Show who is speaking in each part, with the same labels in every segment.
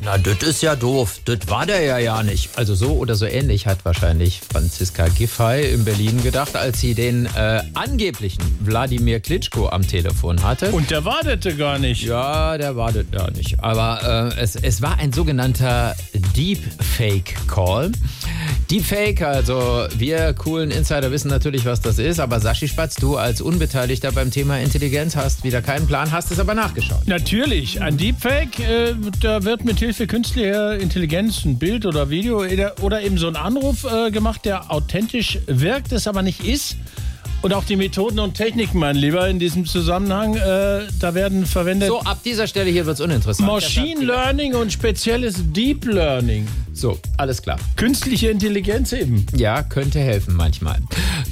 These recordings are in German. Speaker 1: Na, das ist ja doof. Das war der ja ja nicht.
Speaker 2: Also so oder so ähnlich hat wahrscheinlich Franziska Giffey in Berlin gedacht, als sie den äh, angeblichen Wladimir Klitschko am Telefon hatte.
Speaker 3: Und der wartete gar nicht.
Speaker 2: ja, der wartet ja nicht. Aber äh, es, es war ein sogenannter Deepfake-Call. Deepfake, also wir coolen Insider wissen natürlich, was das ist, aber Sashi Spatz, du als Unbeteiligter beim Thema Intelligenz hast wieder keinen Plan, hast es aber nachgeschaut.
Speaker 3: Natürlich, ein Deepfake, äh, da wird mit Hilfe künstlicher Intelligenz ein Bild oder Video oder- oder eben so ein Anruf äh, gemacht, der authentisch wirkt, es aber nicht ist. Und auch die Methoden und Techniken, mein Lieber, in diesem Zusammenhang, äh, da werden verwendet
Speaker 2: So, ab dieser Stelle hier wird es uninteressant.
Speaker 3: Machine Learning und spezielles Deep Learning.
Speaker 2: So, alles klar.
Speaker 3: Künstliche Intelligenz eben.
Speaker 2: Ja, könnte helfen manchmal.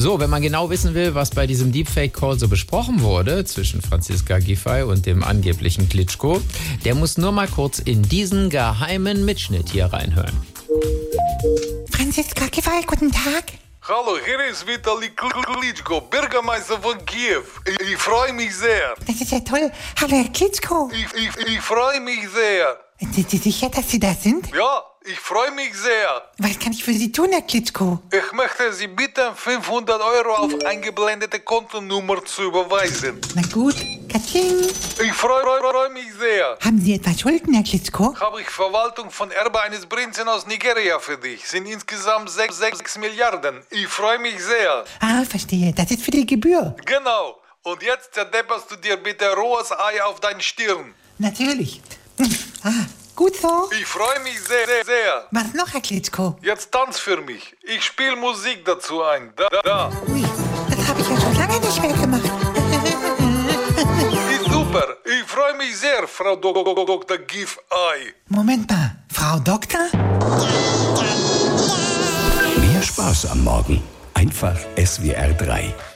Speaker 2: So, wenn man genau wissen will, was bei diesem Deepfake-Call so besprochen wurde zwischen Franziska Giffey und dem angeblichen Klitschko, der muss nur mal kurz in diesen geheimen Mitschnitt hier reinhören.
Speaker 4: Franziska Giffey, guten Tag.
Speaker 5: Hallo, hier ist Vitali Klitschko, Bürgermeister von Kiew. Ich freue mich sehr.
Speaker 4: Das ist ja toll. Hallo, Herr Klitschko.
Speaker 5: Ich, ich, ich freue mich sehr.
Speaker 4: Sind Sie sicher, dass Sie da sind?
Speaker 5: Ja, ich freue mich sehr.
Speaker 4: Was kann ich für Sie tun, Herr Klitschko?
Speaker 5: Ich möchte Sie bitten, 500 Euro auf eingeblendete Kontonummer zu überweisen.
Speaker 4: Na gut. Katsching.
Speaker 5: Ich freue freu mich sehr.
Speaker 4: Haben Sie etwa Schulden, Herr Klitschko?
Speaker 5: Habe ich Verwaltung von Erbe eines Prinzen aus Nigeria für dich. Sind insgesamt 6, 6 Milliarden. Ich freue mich sehr.
Speaker 4: Ah, verstehe. Das ist für die Gebühr.
Speaker 5: Genau. Und jetzt zerdepperst du dir bitte rohes Ei auf dein Stirn.
Speaker 4: Natürlich. Ah, gut so.
Speaker 5: Ich freue mich sehr, sehr, sehr.
Speaker 4: Was noch, Herr Klitschko?
Speaker 5: Jetzt tanz für mich. Ich spiele Musik dazu ein. Da, da.
Speaker 4: Ui, das habe ich ja schon lange nicht mehr gemacht.
Speaker 5: Ist super. Ich freue mich sehr, Frau Do Do Do Dr. Giffey.
Speaker 4: Moment mal. Frau Doktor?
Speaker 6: Mehr Spaß am Morgen. Einfach SWR 3.